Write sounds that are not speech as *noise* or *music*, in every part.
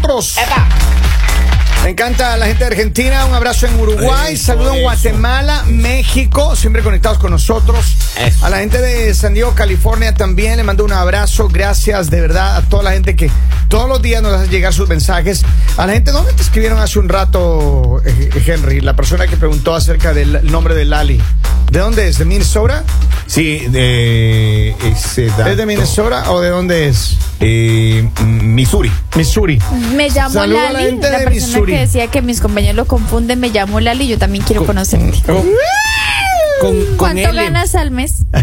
Carlos. Me encanta la gente de Argentina. Un abrazo en Uruguay. Eso, Saludo en eso. Guatemala, México. Siempre conectados con nosotros. Eso. A la gente de San Diego, California también. Le mando un abrazo. Gracias de verdad a toda la gente que todos los días nos hace llegar sus mensajes. A la gente, ¿dónde te escribieron hace un rato, eh, Henry? La persona que preguntó acerca del nombre de Lali. ¿De dónde es? ¿De Minnesota? Sí, de eh, ese ¿Es de dato. Minnesota o de dónde es? Eh, Missouri. *laughs* Missouri. Me llamo Saludo a la Lali, gente la, de persona Missouri. que decía que mis compañeros lo confunden, me llamo Lali, yo también quiero conocerte. Oh. Mm, Con, con ¿Cuánto L. ganas *laughs* al mes? No,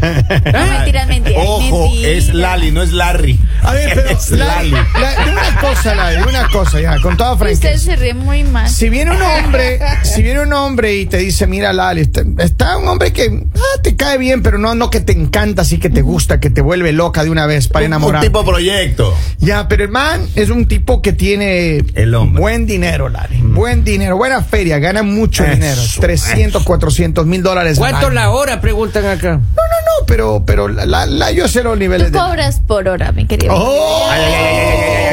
mentiras, mentiras. Ojo, es Lali, no es Larry. A ver, pero Es Lali, Lali. la- dime una cosa, Lali, dime una cosa ya, con toda franqueza. Usted se ríe muy mal. Si viene un hombre, si viene un hombre y te dice, mira Lali, está, está un hombre que ah, te cae bien, pero no, no que te encanta, así que te gusta, que te vuelve loca de una vez para Un- Un enamorar. tipo proyecto. Ya, pero el man es un tipo que tiene El hombre. Mm. buen dinero, Lali. Buen dinero, buena feria, gana mucho Eso, dinero. 300, 400 mil dólares. al ¿Cuánto año. la hora? Preguntan acá. No, no, no, pero, pero la, la- la- yo sé los niveles Tú de... cobras por hora, mi querido. ¡Oh!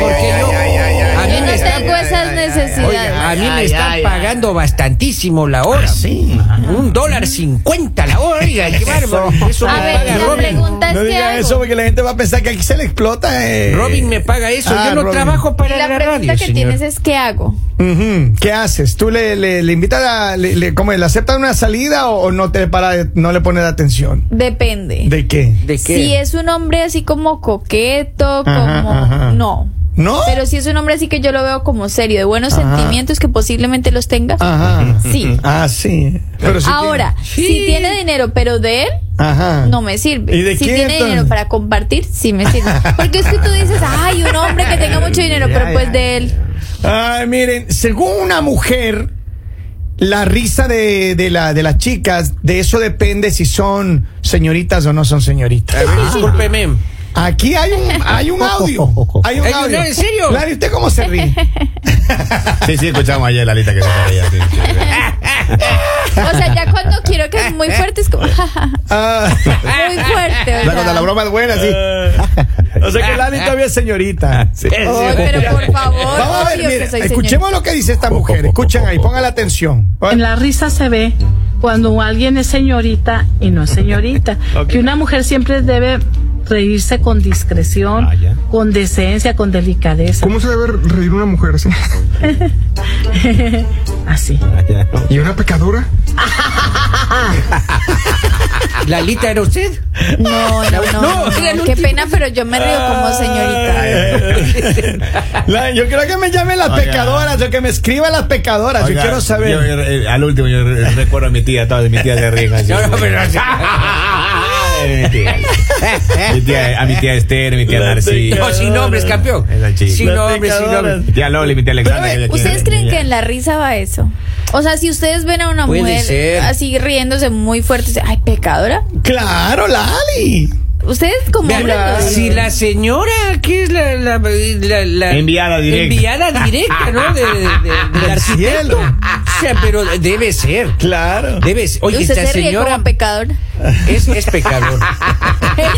Porque yo, a mí yo no me tengo están, esas necesidades. oiga, a mí me están pagando bastantísimo la hora. Sí. Un dólar cincuenta la hora, oiga, qué bárbaro. Eso me a ver, paga la Robin. pregunta es No qué diga hago. eso porque la gente va a pensar que aquí se le explota. eh. Robin me paga eso. Ah, yo no Robin. trabajo para la la, pregunta radio, que señor. tienes es qué hago. Ujú. ¿Qué haces? ¿Tú le, le, le invitas a. Le, le- ¿Cómo? es? ¿Le aceptan una salida o, o no, te para, de- no le pones atención? Depende. ¿De qué? ¿De qué? Si es un hombre así como coqueto, Ajá, como ajá. no. ¿No? Pero si es un hombre así que yo lo veo como serio, de buenos Ajá. sentimientos que posiblemente los tenga, Ajá. sí. Ah, sí. Pero si Ahora, si tiene dinero, pero de él, tiene- Ajá. no me sirve. ¿Y de si quién, tiene entonces? dinero para compartir, sí me sirve. Porque es que tú dices, ay, un hombre que tenga mucho dinero, pero Ya, ya, pues de él. Ay, miren, según una mujer, la risa de, de, la, de las chicas, de eso depende si son señoritas o no son señoritas. A ver, discúlpeme. Aquí hay un, hay un *laughs* audio. Hay un ¿Hay un audio. audio? ¿En serio? Lali, ¿usted cómo se ríe? Sí, sí, escuchamos ayer Lalita que se reía. sí, sí. O sea, ya cuando quiero que es muy fuerte, es como, *laughs* "Ja, ja, ja". Ah. muy fuerte. O sea, cuando ¿verdad? la broma es buena, sí. Eh, o sea Ah, que Lali todavía es señorita. Ay, Oh, pero por favor, Vamos a ver, obvio que mira, soy escuchemos lo que dice esta mujer. Escuchen ahí, pongan la atención. En la risa se ve cuando alguien es señorita y no es señorita. Que una mujer siempre debe reírse con discreción, Vaya. con decencia, con delicadeza. ¿Cómo se debe reír una mujer así? Así. Ah, ¿Y una pecadora? ¿Lalita era usted? No, no, no, no, No, no, Qué pena, pero yo me río como señorita. *laughs* La- yo creo que me llamen las Oiga. pecadoras, o que me escriban las pecadoras. yo Oiga, quiero saber. yo, eh, al último, yo eh, recuerdo a mi tía, todas mis tías *laughs* de riesgo. No, no, pero- *laughs* mi tía, Mi tía- a mi tía Esther, mi tía Narciso. No, sin nombres, campeón. Esa chica. Sin nombres, sin nombres. Mi tía Loli, mi tía Alexandra. Pero, eh, que ella ¿Ustedes tiene- creen que en la risa va eso? O sea, si ustedes ven a una Puede mujer ser. así riéndose muy fuerte, dicen, ay, pecadora. Claro, Lali. Ustedes como Vea, hombres lo si dicen. la señora que es la, la- la- la- Enviada directa. enviada directa, ¿no? De, de- de- del arquitecto. cielo. O sea, pero debe ser. Claro. Debe ser. Oye, usted esta se ríe señora como *laughs* *laughs* pecadora. es, es pecador. Henry,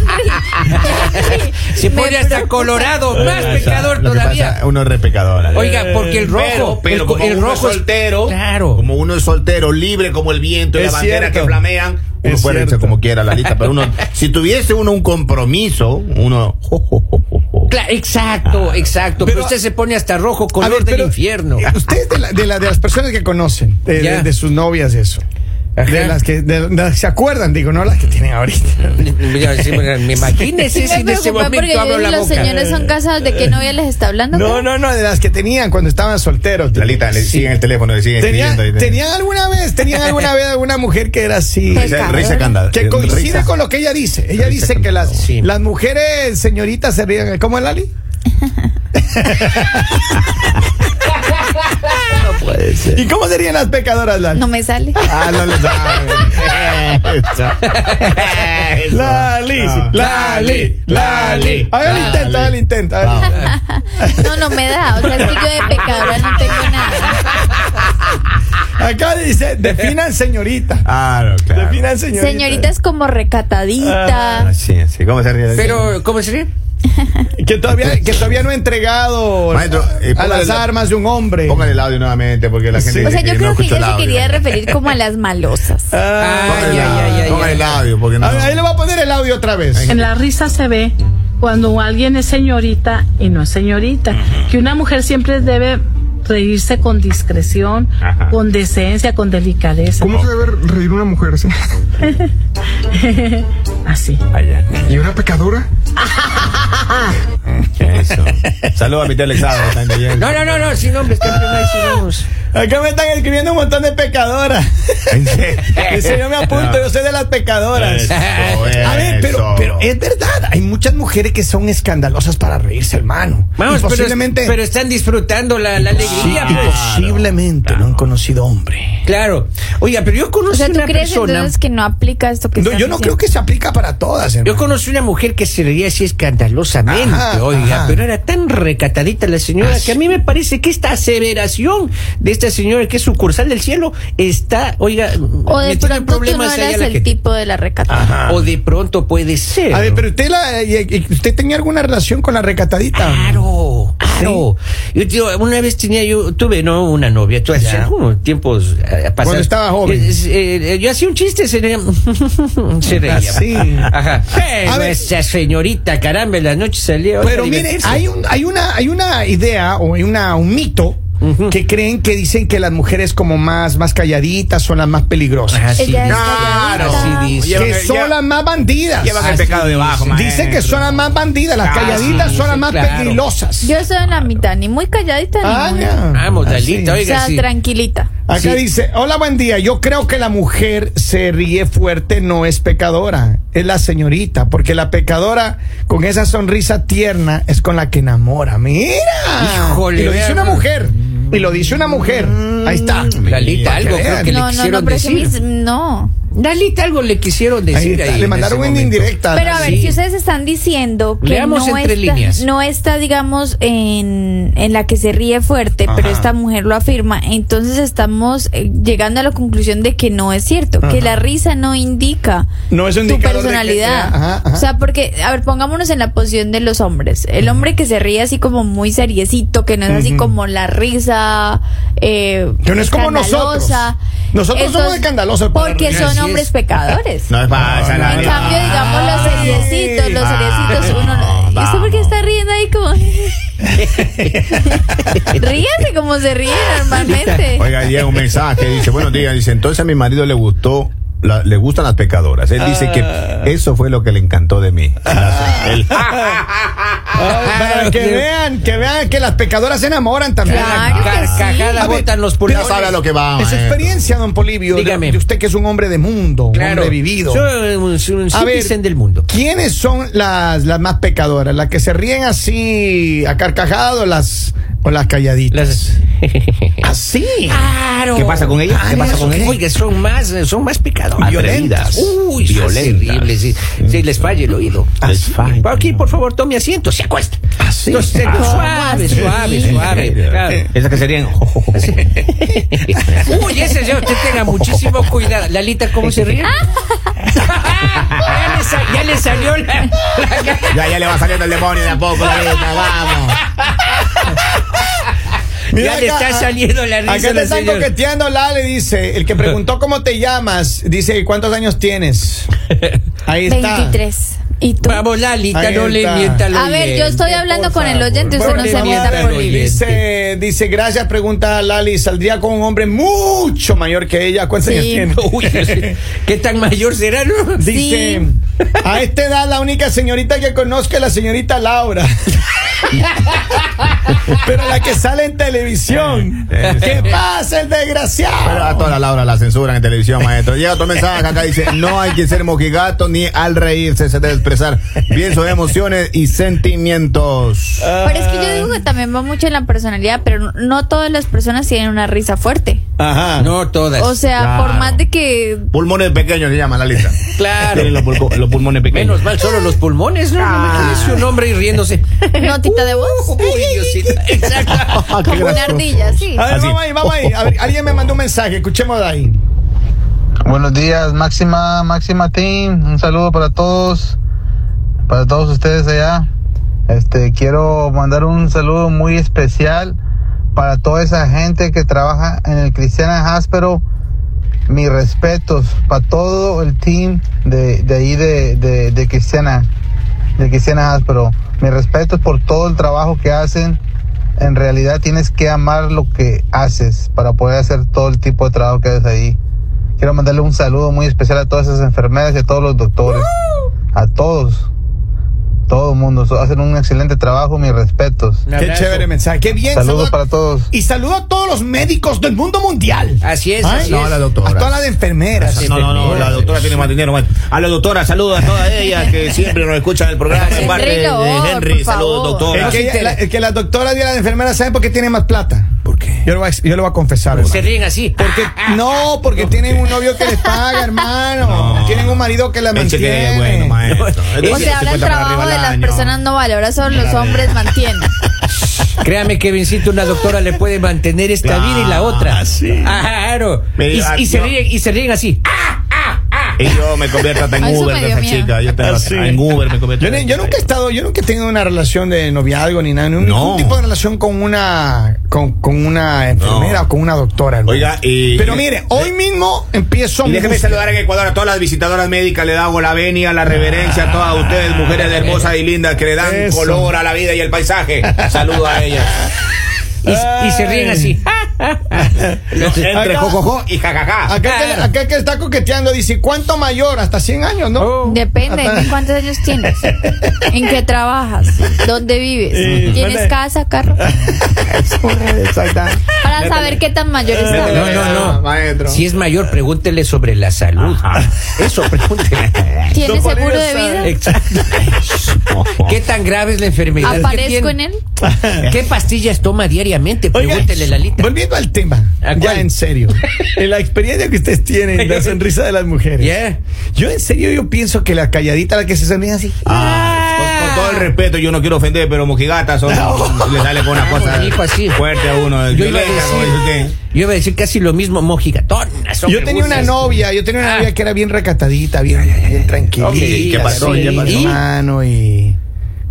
Se me pone hasta preocupa. colorado, más Ah, Lo que pecador pasa, todavía. Uno es re pecador. Lali. Oiga, porque el rojo, Pero, pero el, como el uno rojo es es- soltero, claro. como uno es soltero, libre como el viento y Es la bandera cierto. que flamean, uno Es puede irse cierto. como quiera la lista, pero *laughs* uno, si tuviese uno un compromiso, uno, jo, jo, jo, jo, jo. Cla- exacto, exacto. Pero, Pero- usted se pone hasta rojo, color ver, del pero- eh, infierno. Ustedes de, la- de la- de las personas que conocen, de, Ya. de- de sus novias, eso. Ajá. De las, que, de las que se acuerdan, digo, no las que tienen ahorita. Ya, sí, bueno, Me Sí, imagínese me si en ese preocupa porque momento yo abro digo, la los boca. señores son casados, ¿de *laughs* qué novia les está hablando? No, no, no, de las que tenían cuando estaban solteros. Lalita, le siguen el teléfono, le siguen Tenía- escribiendo. ahí. tenían alguna vez, tenían alguna vez alguna mujer que era así. Risa, risa candada. Que coincide Risa. *laughs* con lo que ella dice. Ella Risa dice que con- las, Sí. las mujeres señoritas se ríen. ¿Cómo es *laughs* Lali? no puede ser. ¿Y cómo serían las pecadoras, Lali? No me sale. Ah, no lo *laughs* saben. Eso. Lali, No. Lali, Lali. Haga el Lali. intento, haga el intento. haga el Vamos. intento. No, no me da. O sea, es que yo *laughs* de pecadora no tengo nada. Acá dice, definan señorita. Ah, no, claro. Definan señorita. Señorita es como recatadita. Ah, Así, así. ¿Cómo se ríe? Pero, ¿cómo sería? Que todavía, que todavía no ha entregado Maestro, eh, a póngale las la- armas de un hombre. Póngale el audio nuevamente porque la gente. O sea, dice yo creo no que escuchó el ella se audio. quería referir como a las *laughs* malosas. Ah, Póngale el Ay, ay, audio, ay, ay, Póngale ay. el audio porque no. a ver, ahí le voy a poner el audio otra vez. En la risa se ve cuando alguien es señorita y no es señorita, que una mujer siempre debe reírse con discreción, Ajá. con decencia, con delicadeza, ¿Cómo se debe reír una mujer así? así. Allá. ¿Y una pecadora? Eso. Saludos a mi *laughs* telexado. están leyendo. No, no, no, no, sin nombres, campeón, no hay sin nombres. Acá me están escribiendo un montón de pecadoras. *laughs* ¿En serio? Dice, yo me apunto, yo soy de las pecadoras. Eso, A ver, pero, eso. pero es verdad, hay muchas mujeres que son escandalosas para reírse, hermano. Y Vamos, pero- posiblemente, pero, están disfrutando la, la alegría, y pues. posiblemente no han conocido hombre. Claro. Oiga, pero yo O conocí sea, ¿tú una crees persona. entonces que no aplica esto que No, estás yo no creo diciendo? que se aplica para todas, Yo hermano. conocí una mujer que se reía así escandalosamente, Ajá, oiga, ajá. pero era tan recatadita la señora Así. que a mí me parece que esta aseveración de esta señora que es sucursal del cielo está, oiga, O de metiendo en pronto tú no ahí a eres la el gente. tipo de la recatada. O de pronto puede ser. A ver, pero usted, la, y- y- usted tenía alguna relación con la recatadita. Claro, claro. Yo tío, una vez tenía yo, tuve no una novia, tú hace Ya. algunos tiempos eh, pasados. Cuando estaba joven. Eh, eh, eh, yo hacía un chiste, se reía. *laughs* se reía. Así. Ajá. Ah, A Pero ver. esa señorita, caramba, en la noche salía. oiga, Pero a mire, divertirse. hay, un, hay, una, hay una idea o hay una, un mito Ujú. que creen que dicen que las mujeres como más, más calladitas son las más peligrosas. Así Ella es dice. Claro. calladita. Así dice. Ah, Llevan que el- son llevan- las más bandidas. Llevan el pecado debajo, maestro. Dicen que son las más bandidas, las Ah, calladitas sí, son las sí, más claro. peligrosas. Yo soy en la mitad, ni muy calladita Ah, ni muy... ya. Vamos, Ah, Dalita, sí. O oiga, sea, sí. tranquilita. Acá Sí. dice, hola, buen día. Yo creo que la mujer se ríe fuerte, no es pecadora, es la señorita, porque la pecadora con esa sonrisa tierna es con la que enamora. Mira. Híjole, y lo dice vea. una mujer. Y lo dice una mujer. Ahí está. Dalita, Para que algo creo vean. que le No, no, no, quisieron pero decir. es que mis- no. Dalita, algo le quisieron Ahí decir está, ahí. Le en mandaron ese una momento. indirecta. Pero a ver, Sí. si *laughs* ustedes están diciendo que Leamos no, entre está, líneas. no está, digamos, en, en la que se ríe fuerte, pero esta mujer lo afirma, entonces estamos eh, llegando a la conclusión de que no es cierto, que la risa no indica No es un tu indicador de que sea- personalidad. ajá, ajá. O sea, porque, a ver, pongámonos en la posición de los hombres. El hombre que se ríe así como muy seriecito, que no es así como la risa... Eh, Que no es como escandalosa. nosotros. Nosotros somos escandalosos para Porque reír. son Así es. hombres pecadores. No es pasa la En cambio, digamos, Ah, los seriecitos, los seriecitos, uno... Vamos, ¿Y usted por qué vamos. está riendo ahí como...? *laughs* Ríase como se ríe normalmente. Oiga, llega un mensaje, dice, buenos días, dice, entonces a mi marido le gustó, la- le gustan las pecadoras. Él dice que Ah. eso fue lo que le encantó de mí. La- "Ah, el- Ah, Para que vean, que vean que las pecadoras se enamoran también. Claro que sí. Carcajada A ver, botan los pero- ya pulmones. sabe a lo que va. Es maestro. experiencia, don Polivio. de- Dígame. De usted que es un hombre de mundo, un hombre vivido. Soy un, soy un A ver, citizen del mundo. ¿Quiénes son las, las más pecadoras? ¿Las que se ríen así a carcajadas o las, o las calladitas? Las... *laughs* Ah, Así. Claro. ¿Qué pasa con ellas? Ah, ¿Qué pasa eso con qué? ellas? Oiga, son más, son más pecadoras. Atrevidas. Uy, Violentas. violentas. Horribles. Sí, sí, les falla el oído. Así. Va Aquí, por favor, tome asiento, se acuesta. Así. Entonces, Ah. suave, suave, suave. claro. Esas que serían. oh, *laughs* Uy, ese señor, usted tenga muchísimo cuidado. Lalita, ¿cómo se ríe? ya, le sa- ya le salió la, la- ya, ya le va saliendo el demonio de a poco, la neta, vamos. Mira Ya le acá, ah, está saliendo la risa Acá a te la están señora. coqueteando, Lale, dice. El que *laughs* preguntó cómo te llamas, dice, ¿cuántos años tienes? Ahí está. 23. ¿Y tú? Vamos, Lalita, Ahí no le está. mienta al A ver, yo oyente, estoy hablando por con el favor. oyente, usted Bueno, no le se mienta mienta al por mí. oyente. Dice, dice, gracias, pregunta Lali, ¿saldría con un hombre mucho mayor que ella? ¿Cuántos años Sí. tiene? *laughs* Uy, ¿qué tan mayor será, no? Dice, a esta edad la única señorita que conozco es la señorita Laura. *laughs* Pero la que sale en televisión. ¿Qué pasa, el Eh. Pero a desgraciado? toda la Laura la censuran en televisión, maestro. Llega otro mensaje acá dice, no hay que ser mojigato ni al reírse se debe expresar bien sus emociones y sentimientos. Pero es que yo digo que también va mucho en la personalidad, pero no todas las personas tienen una risa fuerte. Ajá. No todas. O sea, Claro. por más de que... Pulmones pequeños se llama la lista. claro. pulmones Menos mal solo los pulmones, ¿no? Imagínese un hombre y riéndose. Notita de voz. *laughs* Uy, Diosito. Exacto. Como una ardilla, sí. A ver, Ah, Así. vamos ahí, vamos ahí. A ver, alguien me mandó un mensaje, escuchemos de ahí. Buenos días, Máxima, Máxima Team. Un saludo para todos, para todos ustedes allá. Este, quiero mandar un saludo muy especial para toda esa gente que trabaja en el Cristiana Hospital. Mis respetos para todo el team de, de ahí de, de, de Cristiana, de Cristiana Hospital. Mis respetos por todo el trabajo que hacen. En realidad tienes que amar lo que haces para poder hacer todo el tipo de trabajo que haces ahí. Quiero mandarle un saludo muy especial a todas esas enfermeras y a todos los doctores. A todos. Todo el mundo. So- Hacen un excelente trabajo, mis respetos. Un Qué abrazo. chévere mensaje. Qué bien. Saludos saludo- para todos. Y saludo a todos los médicos del mundo mundial. Así es, Ay, así no, es. la A doctora. todas las enfermeras. Así No, no, no, la doctora tiene más dinero. Bueno, a la doctora, saludos a todas *laughs* ellas que siempre nos escuchan el programa. De Henry parte de- Loor, de Henry, por saludos, favor. Es doctora. que, ella- la- es que las doctoras y las enfermeras saben por qué tienen más plata. ¿Por qué? Yo lo voy a, yo lo voy a confesar. Se hermano. ríen así. Ah, Porque, no, porque tienen un novio que les paga, hermano. No. Tienen un marido que la El cheque, mantiene. *laughs* bueno, maestro. Es de O sea, habla 150 para el arriba trabajo de al las año. personas no vale, ahora solo los *laughs* hombres mantienen. Créame que Vincito, una doctora le puede mantener esta Claro, vida y la otra. sí. Claro. Me- Y, ah, y se yo- ríen, y se ríen así. Y yo me convierto *laughs* hasta en Ay, eso Uber me de dio esa miedo. chica. Yo tengo- En Uber me convierto. Ah, Yo, ni- yo nunca he estado, yo nunca he tenido una relación de noviazgo ni nada, ni un- No. ningún tipo de relación con una con, con una enfermera No. o con una doctora. hermano. Oiga, y- pero mire, hoy mismo empiezo Y mi déjeme búsqueda. saludar en Ecuador a todas las visitadoras médicas, le damos la venia, la reverencia a todas ustedes, mujeres hermosas y lindas que le dan Eso. color a la vida y el paisaje. Saludo a ellas. Y, y se ríen así. *laughs* Entre Acá- jojojo y jajaja. Acá el que, acá el que está coqueteando dice, ¿cuánto mayor? Hasta 100 años, ¿no? Oh. Depende de cuántos años tienes, *laughs* en qué trabajas, dónde vives, tienes casa, carro, Exactamente. Eh, para saber qué tan mayor No, estás. no, no. Maestro. Si es mayor, pregúntele sobre la salud. Eso, pregúntele. ¿Tienes No seguro podría de vida? Exacto. ¿Qué tan grave Eh, es la enfermedad? que ¿Aparezco en tiene? *laughs* él? ¿Qué pastillas toma diariamente? Oiga, Pregúntele a Lalita. Volviendo al tema, ¿A ya cuál? en *laughs* serio, en la experiencia que ustedes tienen, la sonrisa de las mujeres. Yeah. Yo en serio yo pienso que la calladita, la que se sonríe así. Ah, con, con todo el respeto, yo no quiero ofender, pero mojigata son, le sale con una Ah, cosa me dijo pues así. fuerte a uno. Yo iba, a violenta, como dice decir, usted. yo iba a decir casi lo mismo, mojigatona. son Ah. Yo tenía una preguntas. novia, yo tenía una Ah. novia que era bien recatadita, bien, bien tranquila. Ok, ¿y qué pasó? sí, ¿Qué pasó? hermano, y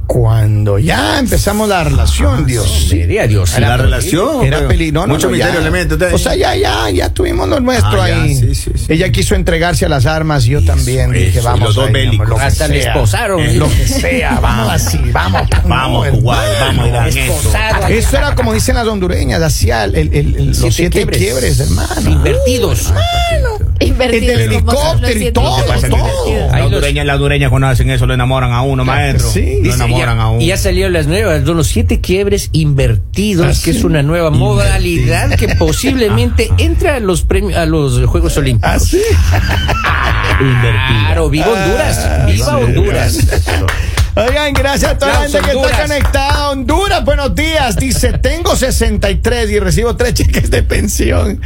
cuando ya empezamos la relación, Dios. Sería Dios. La santo. relación. Era pero peli, no, no, Mucho no, misterio ya. le mete usted. O sea, ya, ya, ya tuvimos lo nuestro Ah, ya, ahí. sí, sí, sí. Ella quiso entregarse a las armas y yo también. dije, eso, vamos, y los dos ahí, mi amor, bélicos. lo que Hasta le sea. esposaron. Eh, Lo que sea, vamos así, vamos. pues, vamos, hermano. Kuwait, vamos, Irán, eso. Esposado. Eso era como dicen las hondureñas, hacía el- el- el- los siete, quiebres, hermano. Invertidos. Invertido, Desde el como son los helicóptero y siete todo, hijos. Pasa que todo. La hondureña, la hondureña cuando hacen eso lo enamoran a uno, maestro. sí. lo Dice, enamoran a uno. Y ya salieron las nuevas, los siete quiebres invertidos, que es una nueva modalidad que posiblemente entra a los premios, a los Juegos Olímpicos. Así. Ah, Claro, viva Honduras, viva Honduras. Oigan, gracias a toda la Aplausos, gente que está Honduras. conectada. Honduras, buenos días. Dice, tengo 63 y recibo tres cheques de pensión.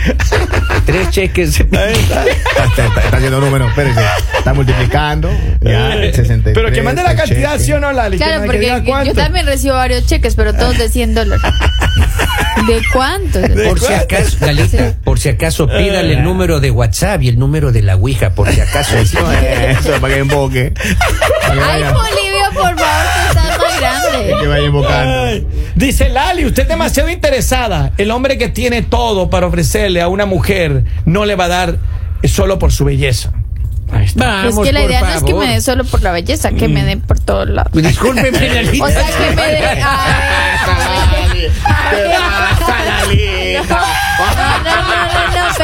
Tres cheques. Ahí está. está, está- está- está haciendo números, espérense. Está multiplicando. Ya, 63, Eh, Pero que mande la este cantidad, cheque. ¿sí o no, Lali? Que Claro, no- que diga porque yo cuánto. también recibo varios cheques, pero todos de *laughs* 100 dólares. ¿De cuánto? Por si acaso, Lalita, por si acaso, pídale el número de WhatsApp y el número de la Ouija, por si acaso. No, Eso, para *laughs* que emboque. Para que Ay, vaya, Bolivia, por favor, que estás más que grande. vaya embocando. Ay, Dice Lali, usted es demasiado interesada. El hombre que tiene todo para ofrecerle a una mujer no le va a dar eh, solo por su belleza. Ahí está. Vamos, es que la por idea no es que favor. Mm. me dé solo por la belleza, que me dé por todos lados. *laughs* Discúlpeme, Lalita. O sea, que *laughs* me dé. Ay, Te pasa, Lalita. No, no, no, no, no, pero no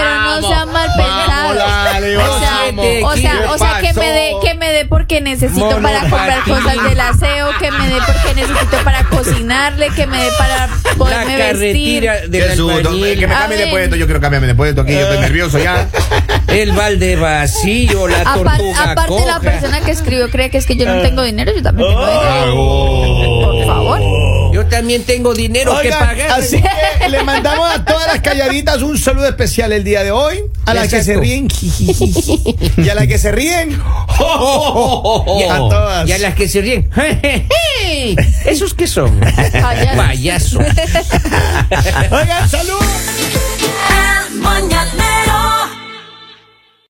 sea mal Vamos, Lali, pensado. O sea, vamos. o sea, o sea, que me dé, que me dé porque necesito Mono para comprar patín. cosas del aseo, que me dé porque necesito para cocinarle, que me dé para La poderme vestir. carretera Qué del susto, Que albañil, me A cambie ver. de puesto. Yo quiero cambiarme de puesto aquí. Yo Eh. estoy nervioso ya. el balde vacío, la Apar- tortuga aparte la coja. Eh. persona que escribió cree que es que yo no tengo dinero, yo también tengo dinero. Por favor. Yo también tengo dinero que Oigan, pagar. así que le mandamos a todas las calladitas un saludo especial el día de hoy. A las que se Exacto. *laughs* ríen. *laughs* y a las que se ríen. Oh, Y a, A todas. oh. y a las que se ríen. *laughs* ¿Esos qué son? Payasos. Payasos. Oigan, salud.